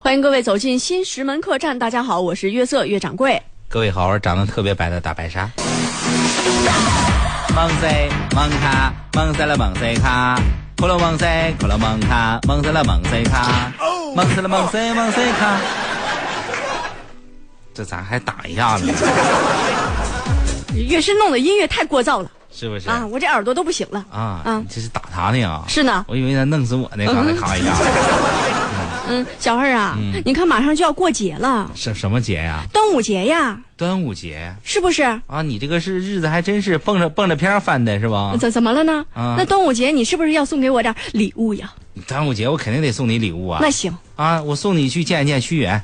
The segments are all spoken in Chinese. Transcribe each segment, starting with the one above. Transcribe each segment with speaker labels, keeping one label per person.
Speaker 1: 欢迎各位走进新石门客栈。大家好，我是约瑟岳掌柜。
Speaker 2: 各位好，我是长得特别白的大白鲨。蒙塞蒙卡蒙塞了蒙塞卡，克罗蒙塞克罗蒙卡蒙塞了蒙塞卡，蒙塞了蒙塞蒙塞卡。这咋还打一下子呢？
Speaker 1: 越是弄的音乐太聒噪了
Speaker 2: 是不是？
Speaker 1: 啊，我这耳朵都不行了。
Speaker 2: 啊，
Speaker 1: 啊
Speaker 2: 你这是打他呢啊？
Speaker 1: 是呢
Speaker 2: 我以为他弄死我呢，刚才咔一下。
Speaker 1: 嗯，小二啊，你看马上就要过节了，
Speaker 2: 什什么节呀？
Speaker 1: 端午节呀，
Speaker 2: 端午节
Speaker 1: 是不是？
Speaker 2: 啊？你这个是日子还真是蹦着蹦着片儿翻的是吧？
Speaker 1: 怎怎么了呢？
Speaker 2: 啊
Speaker 1: 那端午节你是不是要送给我点礼物呀？
Speaker 2: 端午节我肯定得送你礼物啊！
Speaker 1: 嗯那行，
Speaker 2: 啊，我送你去见一见屈原，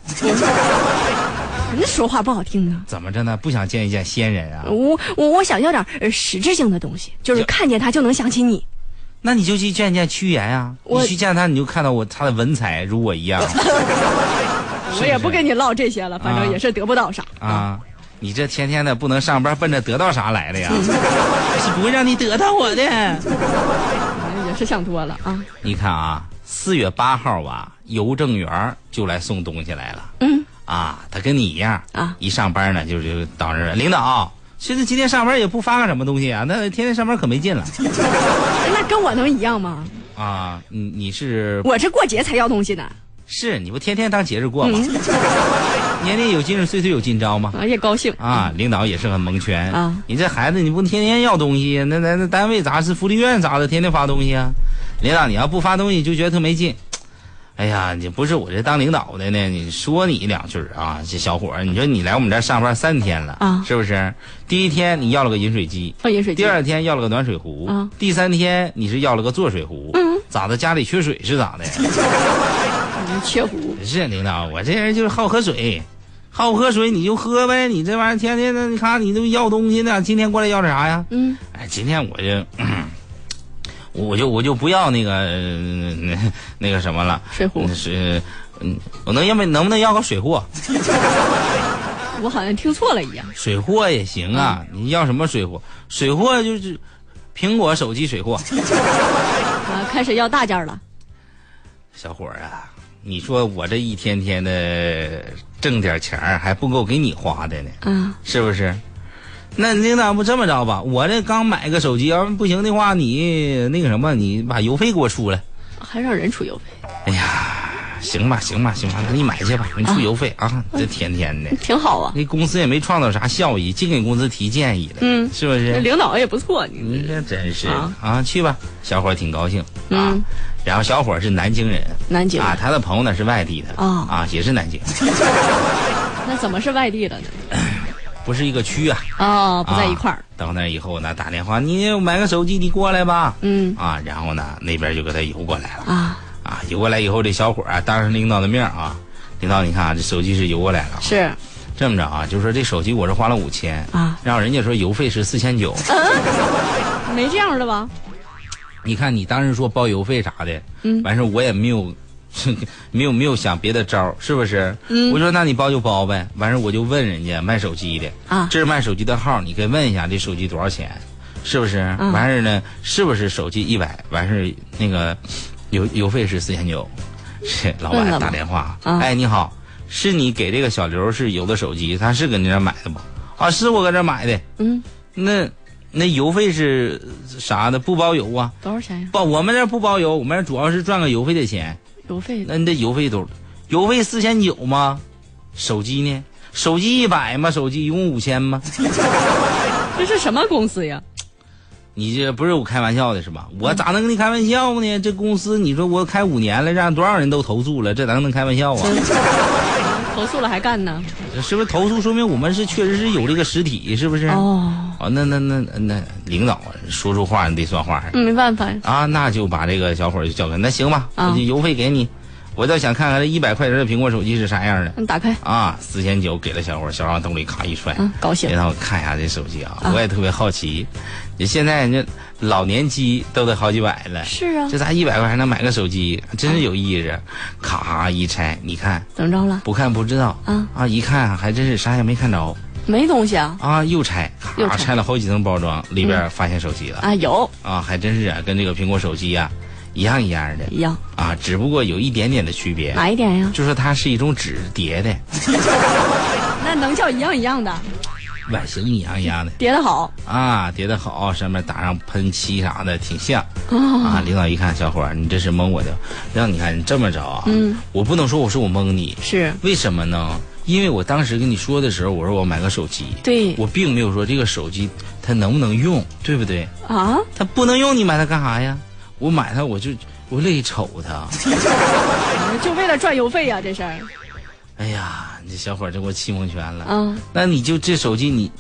Speaker 1: 那说话不好听啊。
Speaker 2: 怎么着呢？不想见一见仙人啊？
Speaker 1: 我我我想要点呃实质性的东西，就是
Speaker 2: 有
Speaker 1: 看见他就能想起你。
Speaker 2: 那你就去见一见屈原啊！
Speaker 1: 我
Speaker 2: 你去见他，你就看到我他的文采如我一样
Speaker 1: 我也不跟你唠这些了，反正
Speaker 2: 啊
Speaker 1: 也是得不到啥。
Speaker 2: 啊！你这天天的不能上班，奔着得到啥来的呀？ 是不会让你得到我的。
Speaker 1: 也是想多了啊。
Speaker 2: 你看啊，四月八号吧，邮政员儿就来送东西来了。
Speaker 1: 嗯，
Speaker 2: 啊，他跟你一样
Speaker 1: 啊
Speaker 2: 一上班呢就就到这儿了领导、其实今天上班也不发个什么东西啊，那天天上班可没 劲了
Speaker 1: 那跟我能一样吗？
Speaker 2: 啊！你你是
Speaker 1: 我这过节才要东西呢，嗯
Speaker 2: 是你不天天当节日过吗？年年有今日，岁岁有今朝吗？
Speaker 1: 啊也高兴。
Speaker 2: 啊，领导也是很蒙圈
Speaker 1: 啊！
Speaker 2: 你这孩子，你不天天要东西，那那那单位咋是福利院咋的，天天发东西啊？领导，你要不发东西，就觉得特没劲。哎呀，你不是我这当领导的呢，你说你两句儿啊，这小伙儿，你说你来我们这儿上班三天了
Speaker 1: 啊
Speaker 2: 是不是？第一天你要了个饮水机，
Speaker 1: 放饮水机。
Speaker 2: 第二天要了个暖水壶，
Speaker 1: 啊
Speaker 2: 第三天你是要了个坐水壶，咋的？家里缺水是咋的？
Speaker 1: 嗯缺壶。
Speaker 2: 是领导，我这人就是好喝水，好喝水你就喝呗，你这玩意儿天天的，你看你都要东西呢，今天过来要点啥呀？
Speaker 1: 嗯，
Speaker 2: 哎，今天我就，嗯我就我就不要那个、呃那那个什么了，
Speaker 1: 水壶
Speaker 2: 嗯是，嗯，我能要不能不能要个水货？嗯
Speaker 1: 我好像听错了一样。
Speaker 2: 水货也行啊，你要什么水货？水货就是苹果手机水货。
Speaker 1: 啊，开始要大件儿了。
Speaker 2: 小伙儿啊，你说我这一天天的挣点钱儿还不够给你花的呢。
Speaker 1: 啊，
Speaker 2: 是不是？那领导不这么着吧？我这刚买个手机，要是不行的话，你那个什么，你把邮费给我出来。
Speaker 1: 还让人出邮费，
Speaker 2: 哎呀，行吧，行吧，行吧，那你买去吧，你出邮费啊！这天天的，
Speaker 1: 挺好啊。
Speaker 2: 那公司也没创造啥效益，净给公司提建议了，
Speaker 1: 嗯
Speaker 2: 是不
Speaker 1: 那
Speaker 2: 是？
Speaker 1: 领导也不错，你
Speaker 2: 你这真是
Speaker 1: 啊
Speaker 2: 啊！去吧，小伙儿挺高兴啊
Speaker 1: 嗯。
Speaker 2: 然后小伙儿是南京人
Speaker 1: 南京
Speaker 2: 啊，他的朋友呢是外地的
Speaker 1: 哦
Speaker 2: 啊，也是南京，
Speaker 1: 那怎么是外地的呢？
Speaker 2: 不是一个区啊。
Speaker 1: 哦，不在一块儿
Speaker 2: 啊。。到那儿以后呢，打电话，你买个手机，你过来吧。
Speaker 1: 嗯
Speaker 2: 啊，然后呢，那边就给他邮过来了。
Speaker 1: 啊，
Speaker 2: 啊，邮过来以后，这小伙儿啊，当着领导的面儿啊，领导你看啊，这手机是邮过来了。
Speaker 1: 是
Speaker 2: 这么着啊，就说这手机我是花了五千
Speaker 1: 啊，
Speaker 2: 然后人家说邮费是四千九。
Speaker 1: 没这样的吧？
Speaker 2: 你看你当时说包邮费啥的，
Speaker 1: 嗯
Speaker 2: 完事儿我也没有。 没有没有想别的招儿，是不是？
Speaker 1: 嗯
Speaker 2: 我说那你包就包呗。完事儿我就问人家卖手机的
Speaker 1: 啊
Speaker 2: 这是卖手机的号儿，你可以问一下这手机多少钱，是不是？
Speaker 1: 嗯
Speaker 2: 完事儿呢，是不是手机一百？完事儿那个邮邮费是四千九。是老
Speaker 1: 问
Speaker 2: 板
Speaker 1: 了吗
Speaker 2: 打电话，
Speaker 1: 啊
Speaker 2: 哎你好，是你给这个小刘是邮的手机，他是搁你那儿买的不？啊，是我搁这儿买的。
Speaker 1: 嗯，
Speaker 2: 那那邮费是啥的？不包邮啊？
Speaker 1: 多少钱呀？
Speaker 2: 不，我们这不包邮，我们这主要是赚个邮费的钱。
Speaker 1: 邮费
Speaker 2: 那你这邮费多少？邮费四千九吗？手机呢？手机一百吗？手机一共五千吗？
Speaker 1: 这是什么公司呀？
Speaker 2: 你这不是我开玩笑的是吧？我咋能跟你开玩笑呢？这公司你说我开五年了，让多少人都投诉了，这咋能开玩笑啊？
Speaker 1: 投诉了还干呢？
Speaker 2: 是不是投诉说明我们是确实是有这个实体，是不是？
Speaker 1: 哦，
Speaker 2: 哦，那那那那领导啊说出话你得算话。
Speaker 1: 嗯没办法呀。
Speaker 2: 啊，那就把这个小伙儿就叫过来。那行吧，
Speaker 1: 啊
Speaker 2: 我就邮费给你，我倒想看看这一百块钱的苹果手机是啥样的。
Speaker 1: 你嗯打开，
Speaker 2: 啊，四千九给了小伙儿，小伙儿往兜里咔一揣，
Speaker 1: 嗯，高兴
Speaker 2: 给。他我看一下这手机啊，
Speaker 1: 啊
Speaker 2: 我也特别好奇，你现在这老年机都得好几百了，
Speaker 1: 是啊
Speaker 2: 这，咋一百块还能买个手机，真是有意思。咔一拆，你看
Speaker 1: 怎么着了？
Speaker 2: 不看不知道
Speaker 1: 啊
Speaker 2: 啊，一看还真是啥也没看着
Speaker 1: 没东西啊？
Speaker 2: 啊，又拆，
Speaker 1: 又
Speaker 2: 咔
Speaker 1: 拆嗯
Speaker 2: 拆了好几层包装，里边发现手机了。
Speaker 1: 啊，有
Speaker 2: 啊，还真是啊，跟这个苹果手机呀、一样一样的
Speaker 1: 一样，
Speaker 2: 啊，只不过有一点点的区别，
Speaker 1: 哪一点呀？
Speaker 2: 就说它是一种纸叠的，
Speaker 1: 那能叫一样一样的，
Speaker 2: 外形一样一样的
Speaker 1: 叠的好，
Speaker 2: 啊，叠的好，上面打上喷漆啥的，挺像。
Speaker 1: 哦
Speaker 2: 啊，领导一看，小伙儿，你这是蒙我的，让你看你这么着啊，嗯，我不能说我说我蒙你，
Speaker 1: 是
Speaker 2: 为什么呢？因为我当时跟你说的时候，我说我买个手机，
Speaker 1: 对
Speaker 2: 我并没有说这个手机它能不能用，对不对？
Speaker 1: 啊，
Speaker 2: 它不能用，你买它干啥呀？我买它，我就我乐意瞅 它。
Speaker 1: 就为了赚邮费呀，这事儿
Speaker 2: 哎呀，你这小伙儿就给我气蒙圈了。
Speaker 1: 啊，
Speaker 2: 那你就这手机你，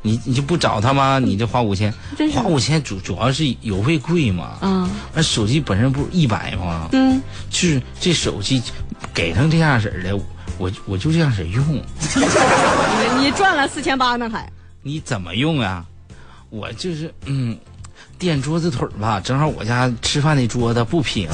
Speaker 2: 你你就不找他吗？你就花五千
Speaker 1: 真，是
Speaker 2: 花五千主主要是邮费贵嘛。
Speaker 1: 啊，
Speaker 2: 那手机本身不是一百吗？
Speaker 1: 嗯，
Speaker 2: 就是这手机给成这样式儿的，我我就这样式儿用，
Speaker 1: 你你赚了四千八呢还，
Speaker 2: 你怎么用啊？我就是嗯，垫桌子腿儿吧，正好我家吃饭那桌子不 平，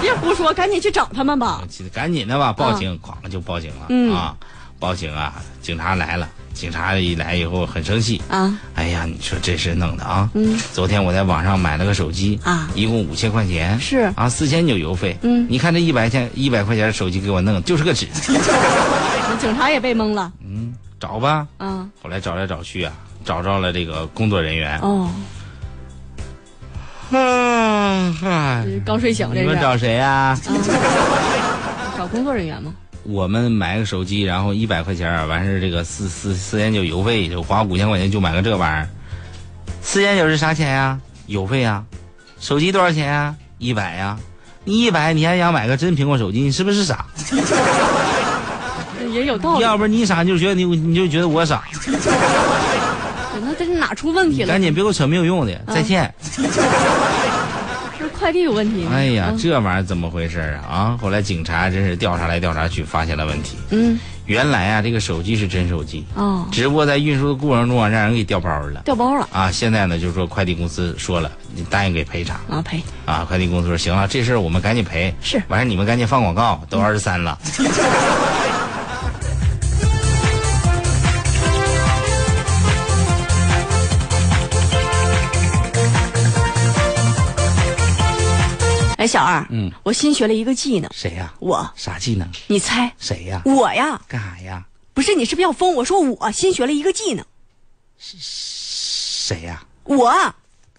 Speaker 1: 别胡说，赶紧去找他们吧。
Speaker 2: 赶紧的吧，报警，哐、就报警了、
Speaker 1: 嗯
Speaker 2: 啊！报警啊！警察来了，警察一来以后很生气，
Speaker 1: 啊，嗯
Speaker 2: 哎呀，你说这事弄的啊！昨天我在网上买了个手机
Speaker 1: 啊
Speaker 2: 一共五千块钱，
Speaker 1: 是
Speaker 2: 啊，四千九邮费。
Speaker 1: 嗯
Speaker 2: 你看这一百钱一百块钱的手机给我弄，就是个纸，
Speaker 1: 警察也被蒙了
Speaker 2: 找吧。
Speaker 1: 啊，
Speaker 2: 后来找来找去啊，找着了这个工作人员。
Speaker 1: 哦，
Speaker 2: 啊嗨
Speaker 1: 这是刚睡醒
Speaker 2: 你
Speaker 1: 这
Speaker 2: 们
Speaker 1: 是
Speaker 2: 找谁啊？
Speaker 1: 找工作人员吗？
Speaker 2: 我们买个手机，然后一百块钱儿，完事儿这个四四四千九邮费，就花五千块钱就买个这玩意儿。四千九是啥钱呀？邮费呀。手机多少钱呀？一百呀。你一百，你还想买个真苹果手机？你是不是傻？
Speaker 1: 也有道理，
Speaker 2: 要不然你傻，你就觉得你你就觉得我傻。
Speaker 1: 那这是哪出问题了嗯
Speaker 2: 赶？紧别给我扯没有用的，再见。
Speaker 1: 是快递有问题吗？
Speaker 2: 哎呀，
Speaker 1: 嗯
Speaker 2: 这玩意儿怎么回事儿啊？啊！后来警察真是调查来调查去，发现了问题。
Speaker 1: 嗯，
Speaker 2: 原来啊，这个手机是真手机，
Speaker 1: 哦，
Speaker 2: 只不过在运输的过程中啊，让人给调包了。
Speaker 1: 掉包了
Speaker 2: 啊，现在呢，就是说快递公司说了，你答应给赔偿
Speaker 1: 啊赔，
Speaker 2: 啊。快递公司说行了，这事儿我们赶紧赔。
Speaker 1: 是
Speaker 2: 完事儿你们赶紧放广告，都二十三了。
Speaker 1: 哎，小二，
Speaker 2: 嗯，
Speaker 1: 我新学了一个技能，
Speaker 2: 谁呀、
Speaker 1: 我，
Speaker 2: 啥技能？
Speaker 1: 你猜，
Speaker 2: 谁呀、
Speaker 1: 我呀，
Speaker 2: 干啥呀？
Speaker 1: 不是你是不是要疯？我说我新学了一个技能，
Speaker 2: 谁呀、
Speaker 1: 我，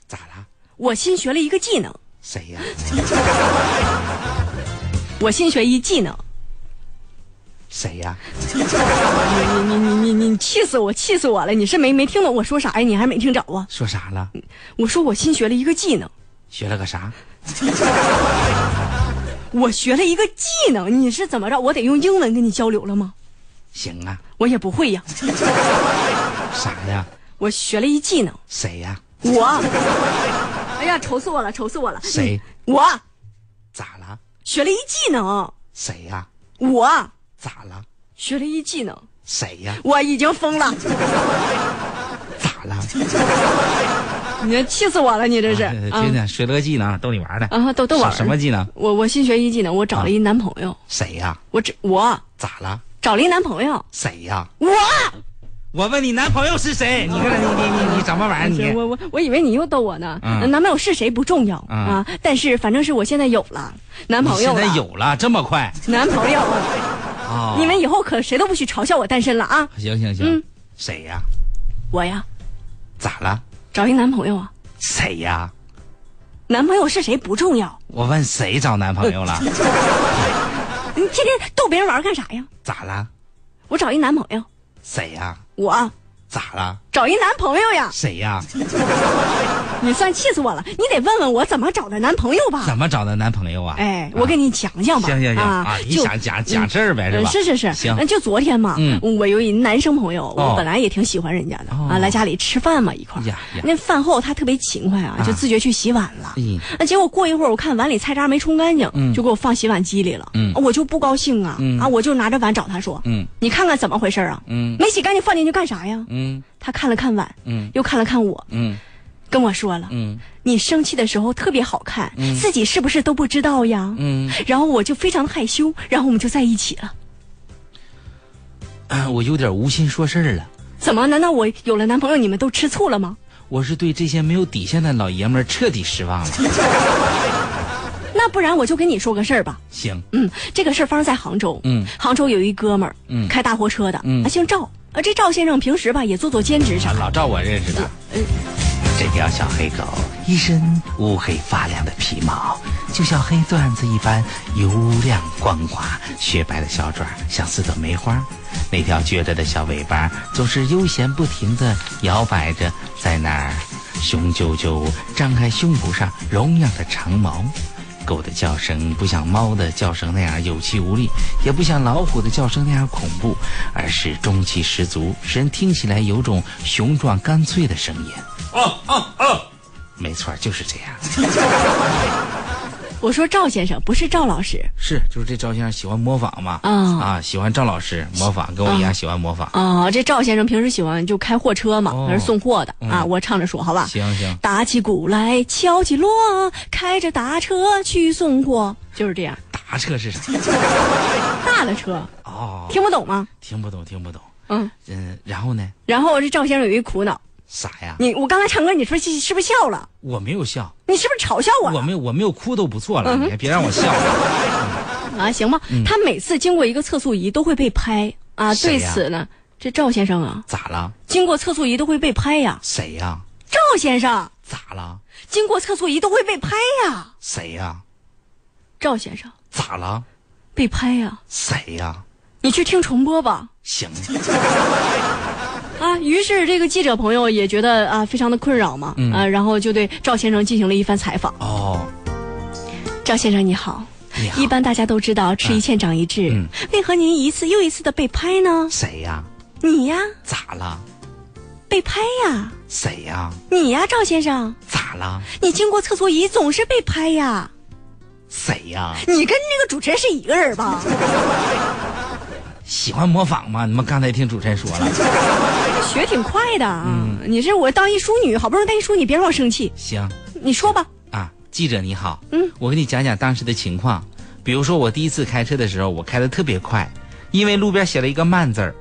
Speaker 2: 咋啦？
Speaker 1: 我新学了一个技能，
Speaker 2: 谁呀、
Speaker 1: 我新学一技能，
Speaker 2: 谁呀、
Speaker 1: 你你你你你气死我，气死我了！你是没没听懂我说啥呀？你还没听着啊？
Speaker 2: 说啥了？
Speaker 1: 我说我新学了一个技能，
Speaker 2: 学了个啥？
Speaker 1: 我学了一个技能，你是怎么着？我得用英文跟你交流了吗？
Speaker 2: 行啊，
Speaker 1: 我也不会呀，
Speaker 2: 啥呀？
Speaker 1: 我学了一技能，
Speaker 2: 谁呀、
Speaker 1: 我，哎呀，愁死我了，愁死我了！
Speaker 2: 谁？
Speaker 1: 我
Speaker 2: 咋了？
Speaker 1: 学了一技能，
Speaker 2: 谁呀、
Speaker 1: 我
Speaker 2: 咋了？
Speaker 1: 学了一技能，
Speaker 2: 谁呀、
Speaker 1: 我已经疯了，
Speaker 2: 咋了？
Speaker 1: 你这气死我了，你这是啊
Speaker 2: 听听，学了个技能，逗你玩儿的。
Speaker 1: 啊，逗逗玩儿
Speaker 2: 什么技能？
Speaker 1: 我我新学一技能，我找了一男朋友，
Speaker 2: 谁呀、
Speaker 1: 我只我
Speaker 2: 咋了？
Speaker 1: 找了一男朋友，
Speaker 2: 谁呀、
Speaker 1: 我。
Speaker 2: 我问你男朋友是谁？
Speaker 1: 嗯
Speaker 2: 你看你你你你什么玩意儿？
Speaker 1: 行
Speaker 2: 你
Speaker 1: 我我我以为你又逗我呢，
Speaker 2: 嗯
Speaker 1: 男朋友是谁不重要、
Speaker 2: 嗯
Speaker 1: 啊，但是反正是我现在有了男
Speaker 2: 你
Speaker 1: 朋友
Speaker 2: 现
Speaker 1: 了，
Speaker 2: 在有了这么快
Speaker 1: 男朋友，
Speaker 2: 啊？
Speaker 1: 你们以后可谁都不许嘲笑我单身了啊！
Speaker 2: 行行行
Speaker 1: 哦嗯，
Speaker 2: 谁呀？
Speaker 1: 我呀，
Speaker 2: 咋了？
Speaker 1: 找一男朋友啊，
Speaker 2: 谁呀？
Speaker 1: 男朋友是谁不重要，
Speaker 2: 我问谁找男朋 友了？
Speaker 1: 你天天逗别人玩干啥呀？
Speaker 2: 咋了？
Speaker 1: 我找一男朋友，
Speaker 2: 谁呀？
Speaker 1: 我啊
Speaker 2: 咋了？
Speaker 1: 找一男朋友呀，
Speaker 2: 谁呀？
Speaker 1: 你算气死我了，你得问问我怎么找的男朋友吧？
Speaker 2: 怎么找的男朋友啊？
Speaker 1: 哎，我给
Speaker 2: 你
Speaker 1: 你讲讲吧。
Speaker 2: 行行行
Speaker 1: 啊
Speaker 2: 啊，，你
Speaker 1: 就
Speaker 2: 想讲讲事儿呗是
Speaker 1: 嗯，
Speaker 2: 吧？
Speaker 1: 是是是，
Speaker 2: 行
Speaker 1: 那就昨天嘛，
Speaker 2: 嗯
Speaker 1: 我有一男生朋友，
Speaker 2: 哦
Speaker 1: 我本来也挺喜欢人家的
Speaker 2: 哦
Speaker 1: 啊，来家里吃饭嘛一块儿
Speaker 2: 呀呀。
Speaker 1: 那饭后他特别勤快啊，就自觉去洗碗了
Speaker 2: 嗯。
Speaker 1: 那结果过一会儿，我看碗里菜渣没冲干净，就给我放洗碗机里了。
Speaker 2: 嗯
Speaker 1: 啊我就不高兴啊
Speaker 2: 嗯
Speaker 1: 啊！我就拿着碗找他说
Speaker 2: 嗯：“
Speaker 1: 你看看怎么回事啊？
Speaker 2: 嗯
Speaker 1: 没洗干净放进去干啥呀
Speaker 2: 嗯？”
Speaker 1: 他看了看碗，
Speaker 2: 嗯
Speaker 1: 又看了看我，
Speaker 2: 嗯
Speaker 1: 跟我说了
Speaker 2: 嗯：“
Speaker 1: 你生气的时候特别好看，自己是不是都不知道呀？”
Speaker 2: 嗯
Speaker 1: 然后我就非常的害羞，然后我们就在一起了。
Speaker 2: 啊，我有点无心说事儿了。
Speaker 1: 怎么？难道我有了男朋友，你们都吃醋了吗？
Speaker 2: 我是对这些没有底线的老爷们儿彻底失望了。
Speaker 1: 那不然我就跟你说个事儿吧。
Speaker 2: 行，
Speaker 1: 嗯，这个事儿发生在杭州。
Speaker 2: 嗯，
Speaker 1: 杭州有一哥们儿，
Speaker 2: 嗯
Speaker 1: 开大货车的，
Speaker 2: 嗯
Speaker 1: 啊，姓赵。啊，这赵先生平时吧也做做兼职啥
Speaker 2: 啊，
Speaker 1: 的。
Speaker 2: 老赵我认识他。这条小黑狗，一身乌黑发亮的皮毛，就像黑缎子一般油亮光滑，雪白的小爪像四朵梅花，那条撅着的小尾巴总是悠闲不停地摇摆着，在那儿雄赳赳张开胸脯上荣耀的长毛。狗的叫声不像猫的叫声那样有气无力，也不像老虎的叫声那样恐怖，而是中气十足，使人听起来有种雄壮干脆的声音。没错，就是这样。
Speaker 1: 我说赵先生不是赵老师，
Speaker 2: 是，就是这赵先生喜欢模仿嘛，
Speaker 1: 啊
Speaker 2: 啊，喜欢赵老师模仿，跟我一样喜欢模仿。
Speaker 1: 啊，这赵先生平时喜欢就开货车嘛，
Speaker 2: 哦
Speaker 1: 那是送货的、
Speaker 2: 嗯
Speaker 1: 啊。我唱着说，好吧。
Speaker 2: 行行，
Speaker 1: 打起鼓来敲起锣，开着大车去送货，就是这样。
Speaker 2: 打车是啥？
Speaker 1: 大的车
Speaker 2: 哦，
Speaker 1: 听不懂吗？
Speaker 2: 听不懂，听不懂。
Speaker 1: 嗯。
Speaker 2: 嗯，然后呢？
Speaker 1: 然后这赵先生有一苦恼，
Speaker 2: 啥呀？
Speaker 1: 你我刚才唱歌，你说是是不是笑了？
Speaker 2: 我没有笑，
Speaker 1: 你是不是嘲笑我
Speaker 2: 我
Speaker 1: 了？
Speaker 2: 没有，我没有哭都不错
Speaker 1: 嗯
Speaker 2: 了，你还别让我笑。
Speaker 1: 啊，行吧。他每次经过一个测速仪都会被拍啊。
Speaker 2: 嗯谁
Speaker 1: 对
Speaker 2: 呀
Speaker 1: 此呢，这赵先生啊，
Speaker 2: 咋了？
Speaker 1: 经过测速仪都会被拍呀。
Speaker 2: 谁呀？
Speaker 1: 赵先生
Speaker 2: 咋了？
Speaker 1: 经过测速仪都会被拍呀。
Speaker 2: 谁呀？
Speaker 1: 赵先生
Speaker 2: 咋了？
Speaker 1: 被拍呀，
Speaker 2: 谁呀？
Speaker 1: 你去听重播吧。
Speaker 2: 行，
Speaker 1: 啊，于是这个记者朋友也觉得啊非常的困扰嘛，
Speaker 2: 嗯
Speaker 1: 啊，然后就对赵先生进行了一番采访。
Speaker 2: 哦，
Speaker 1: 赵先生你好，
Speaker 2: 你好
Speaker 1: 一般大家都知道吃一堑长一智，
Speaker 2: 嗯
Speaker 1: 为何您一次又一次的被拍呢？
Speaker 2: 谁呀？
Speaker 1: 你呀，
Speaker 2: 咋了？
Speaker 1: 被拍呀，
Speaker 2: 谁呀？
Speaker 1: 你呀，赵先生，
Speaker 2: 咋了？
Speaker 1: 你经过厕所仪总是被拍呀，
Speaker 2: 谁呀？
Speaker 1: 你跟那个主持人是一个人吧？
Speaker 2: 喜欢模仿吗？你们刚才听主持人说了。
Speaker 1: 学挺快的啊，你这我当一淑女，好不容易当一淑女，别让我生气，
Speaker 2: 行
Speaker 1: 你说吧，
Speaker 2: 啊，记者你好，
Speaker 1: 嗯，
Speaker 2: 我给你讲讲当时的情况。比如说我第一次开车的时候，我开的特别快，因为路边写了一个慢字儿，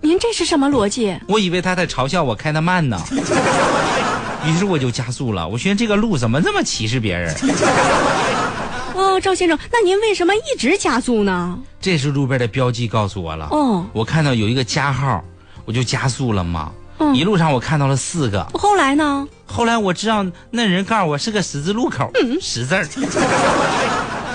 Speaker 1: 您这是什么逻辑？
Speaker 2: 我以为他在嘲笑我开的 慢呢，于是我就加速了。我寻思这个路怎么这么歧视别人？
Speaker 1: 哦，赵先生，那您为什么一直加速呢？
Speaker 2: 这是路边的标记告诉我了。
Speaker 1: 哦
Speaker 2: 我看到有一个加号，我就加速了嘛。
Speaker 1: 嗯
Speaker 2: 一路上我看到了四个，
Speaker 1: 后来呢？
Speaker 2: 后来我知道那人告诉我是个十字路口，
Speaker 1: 嗯
Speaker 2: 识字儿。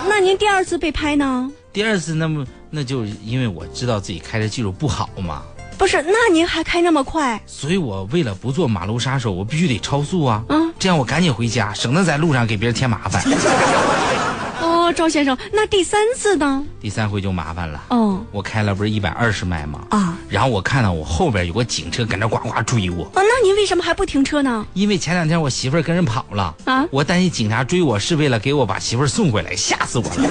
Speaker 1: 那您第二次被拍呢？
Speaker 2: 第二次那么那就是因为我知道自己开车技术不好嘛，
Speaker 1: 不是，那您还开那么快？
Speaker 2: 所以我为了不做马路杀手，我必须得超速啊。
Speaker 1: 嗯，
Speaker 2: 这样我赶紧回家，省得在路上给别人添 麻烦。
Speaker 1: 哦，赵先生，那第三次呢？
Speaker 2: 第三回就麻烦了，
Speaker 1: 哦
Speaker 2: 我开了不是一百二十迈吗？
Speaker 1: 啊，
Speaker 2: 然后我看到我后边有个警车搁那呱呱追我，
Speaker 1: 哦，那您为什么还不停车呢？
Speaker 2: 因为前两天我媳妇儿跟人跑了
Speaker 1: 啊
Speaker 2: 我担心警察追我是为了给我把媳妇儿送回来，吓死我了。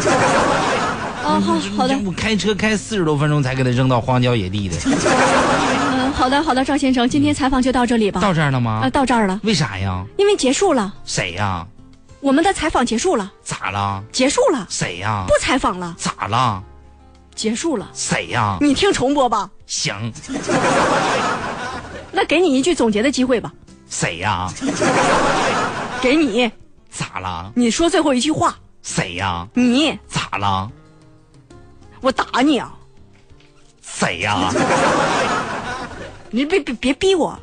Speaker 1: 哦，好 好的，
Speaker 2: 我开车开四十多分钟才给他扔到荒郊野地的，
Speaker 1: 嗯、好的好的，赵先生，今天采访就到这里吧。
Speaker 2: 到这儿了吗？
Speaker 1: 啊，到这儿了，
Speaker 2: 为啥呀？
Speaker 1: 因为结束了，
Speaker 2: 谁呀？
Speaker 1: 我们的采访结束了，
Speaker 2: 咋了？
Speaker 1: 结束了，
Speaker 2: 谁呀？
Speaker 1: 不采访了，
Speaker 2: 咋了？
Speaker 1: 结束了。
Speaker 2: 谁呀？
Speaker 1: 你听重播吧，
Speaker 2: 行，
Speaker 1: 那给你一句总结的机会吧，
Speaker 2: 谁呀？
Speaker 1: 给你，
Speaker 2: 咋了？
Speaker 1: 你说最后一句话，
Speaker 2: 谁呀？
Speaker 1: 你，
Speaker 2: 咋了？
Speaker 1: 我打你啊！
Speaker 2: 谁呀？
Speaker 1: 你别别别逼我，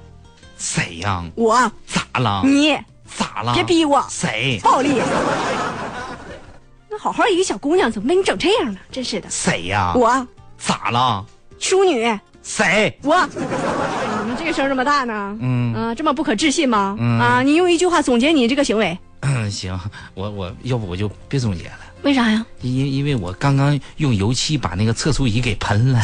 Speaker 2: 谁呀？
Speaker 1: 我啊
Speaker 2: 咋了？
Speaker 1: 你
Speaker 2: 咋了？
Speaker 1: 别逼我
Speaker 2: 谁？
Speaker 1: 暴力。那好好一个小姑娘，怎么被你整这样呢？真是的，
Speaker 2: 谁呀？
Speaker 1: 我
Speaker 2: 咋了？
Speaker 1: 淑女，
Speaker 2: 谁？
Speaker 1: 我，怎么这个声儿这么大呢？
Speaker 2: 嗯
Speaker 1: 啊、这么不可置信吗？
Speaker 2: 嗯
Speaker 1: 啊，你用一句话总结你这个行为，
Speaker 2: 嗯，行，我我要不我就别总结了，
Speaker 1: 为啥呀？
Speaker 2: 因因为我刚刚用油漆把那个测速仪给喷了。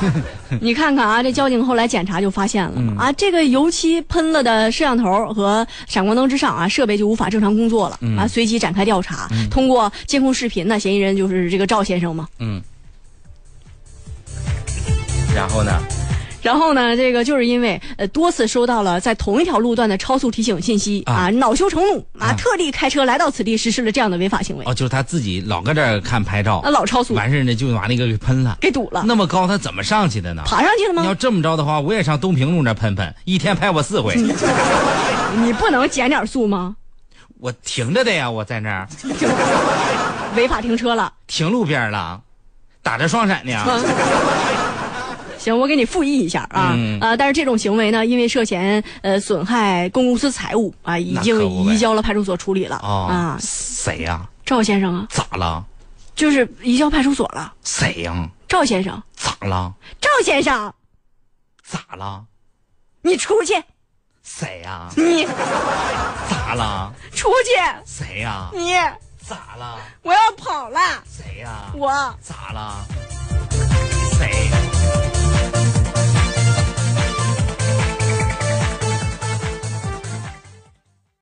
Speaker 1: 你看看啊，这交警后来检查就发现了、
Speaker 2: 嗯
Speaker 1: 啊，这个油漆喷了的摄像头和闪光灯之上啊，设备就无法正常工作了、
Speaker 2: 嗯
Speaker 1: 啊，随即展开调查，通过监控视频呢，嫌疑人就是这个赵先生嘛。
Speaker 2: 嗯，然后呢？
Speaker 1: 然后呢，这个就是因为呃多次收到了在同一条路段的超速提醒信息
Speaker 2: 啊
Speaker 1: 啊恼羞成怒啊
Speaker 2: 啊
Speaker 1: 特地开车来到此地实施了这样的违法行为，
Speaker 2: 哦，就是他自己老搁这儿看拍照
Speaker 1: 啊，老超速
Speaker 2: 完事儿呢就把那个给喷了。
Speaker 1: 给堵了，
Speaker 2: 那么高他怎么上去的呢？
Speaker 1: 爬上去了
Speaker 2: 你要
Speaker 1: 吗？
Speaker 2: 这么着的话，我也
Speaker 1: 嗯
Speaker 2: 上东平路那儿喷喷，一天拍我四回。
Speaker 1: 你不能减点速吗？
Speaker 2: 我停着的呀，我在那儿
Speaker 1: 违法停车了。
Speaker 2: 停路边了，打着双闪呢。
Speaker 1: 啊 行，我给你复议一下啊、
Speaker 2: 嗯
Speaker 1: 啊！但是这种行为呢，因为涉嫌呃损害公共公司财物啊，已
Speaker 2: 那
Speaker 1: 经
Speaker 2: 可不呗
Speaker 1: 移交了派出所处理了、
Speaker 2: 哦
Speaker 1: 啊，。
Speaker 2: 谁呀？
Speaker 1: 赵先生啊，
Speaker 2: 咋了？
Speaker 1: 就是移交派出所了。
Speaker 2: 谁呀？
Speaker 1: 赵先生，
Speaker 2: 咋了？
Speaker 1: 赵先生，
Speaker 2: 咋了？
Speaker 1: 你出去，
Speaker 2: 谁呀？
Speaker 1: 你
Speaker 2: 咋了？
Speaker 1: 出去，
Speaker 2: 谁呀？
Speaker 1: 你，
Speaker 2: 咋了？
Speaker 1: 我要跑了，
Speaker 2: 谁呀？
Speaker 1: 我。
Speaker 2: 咋了？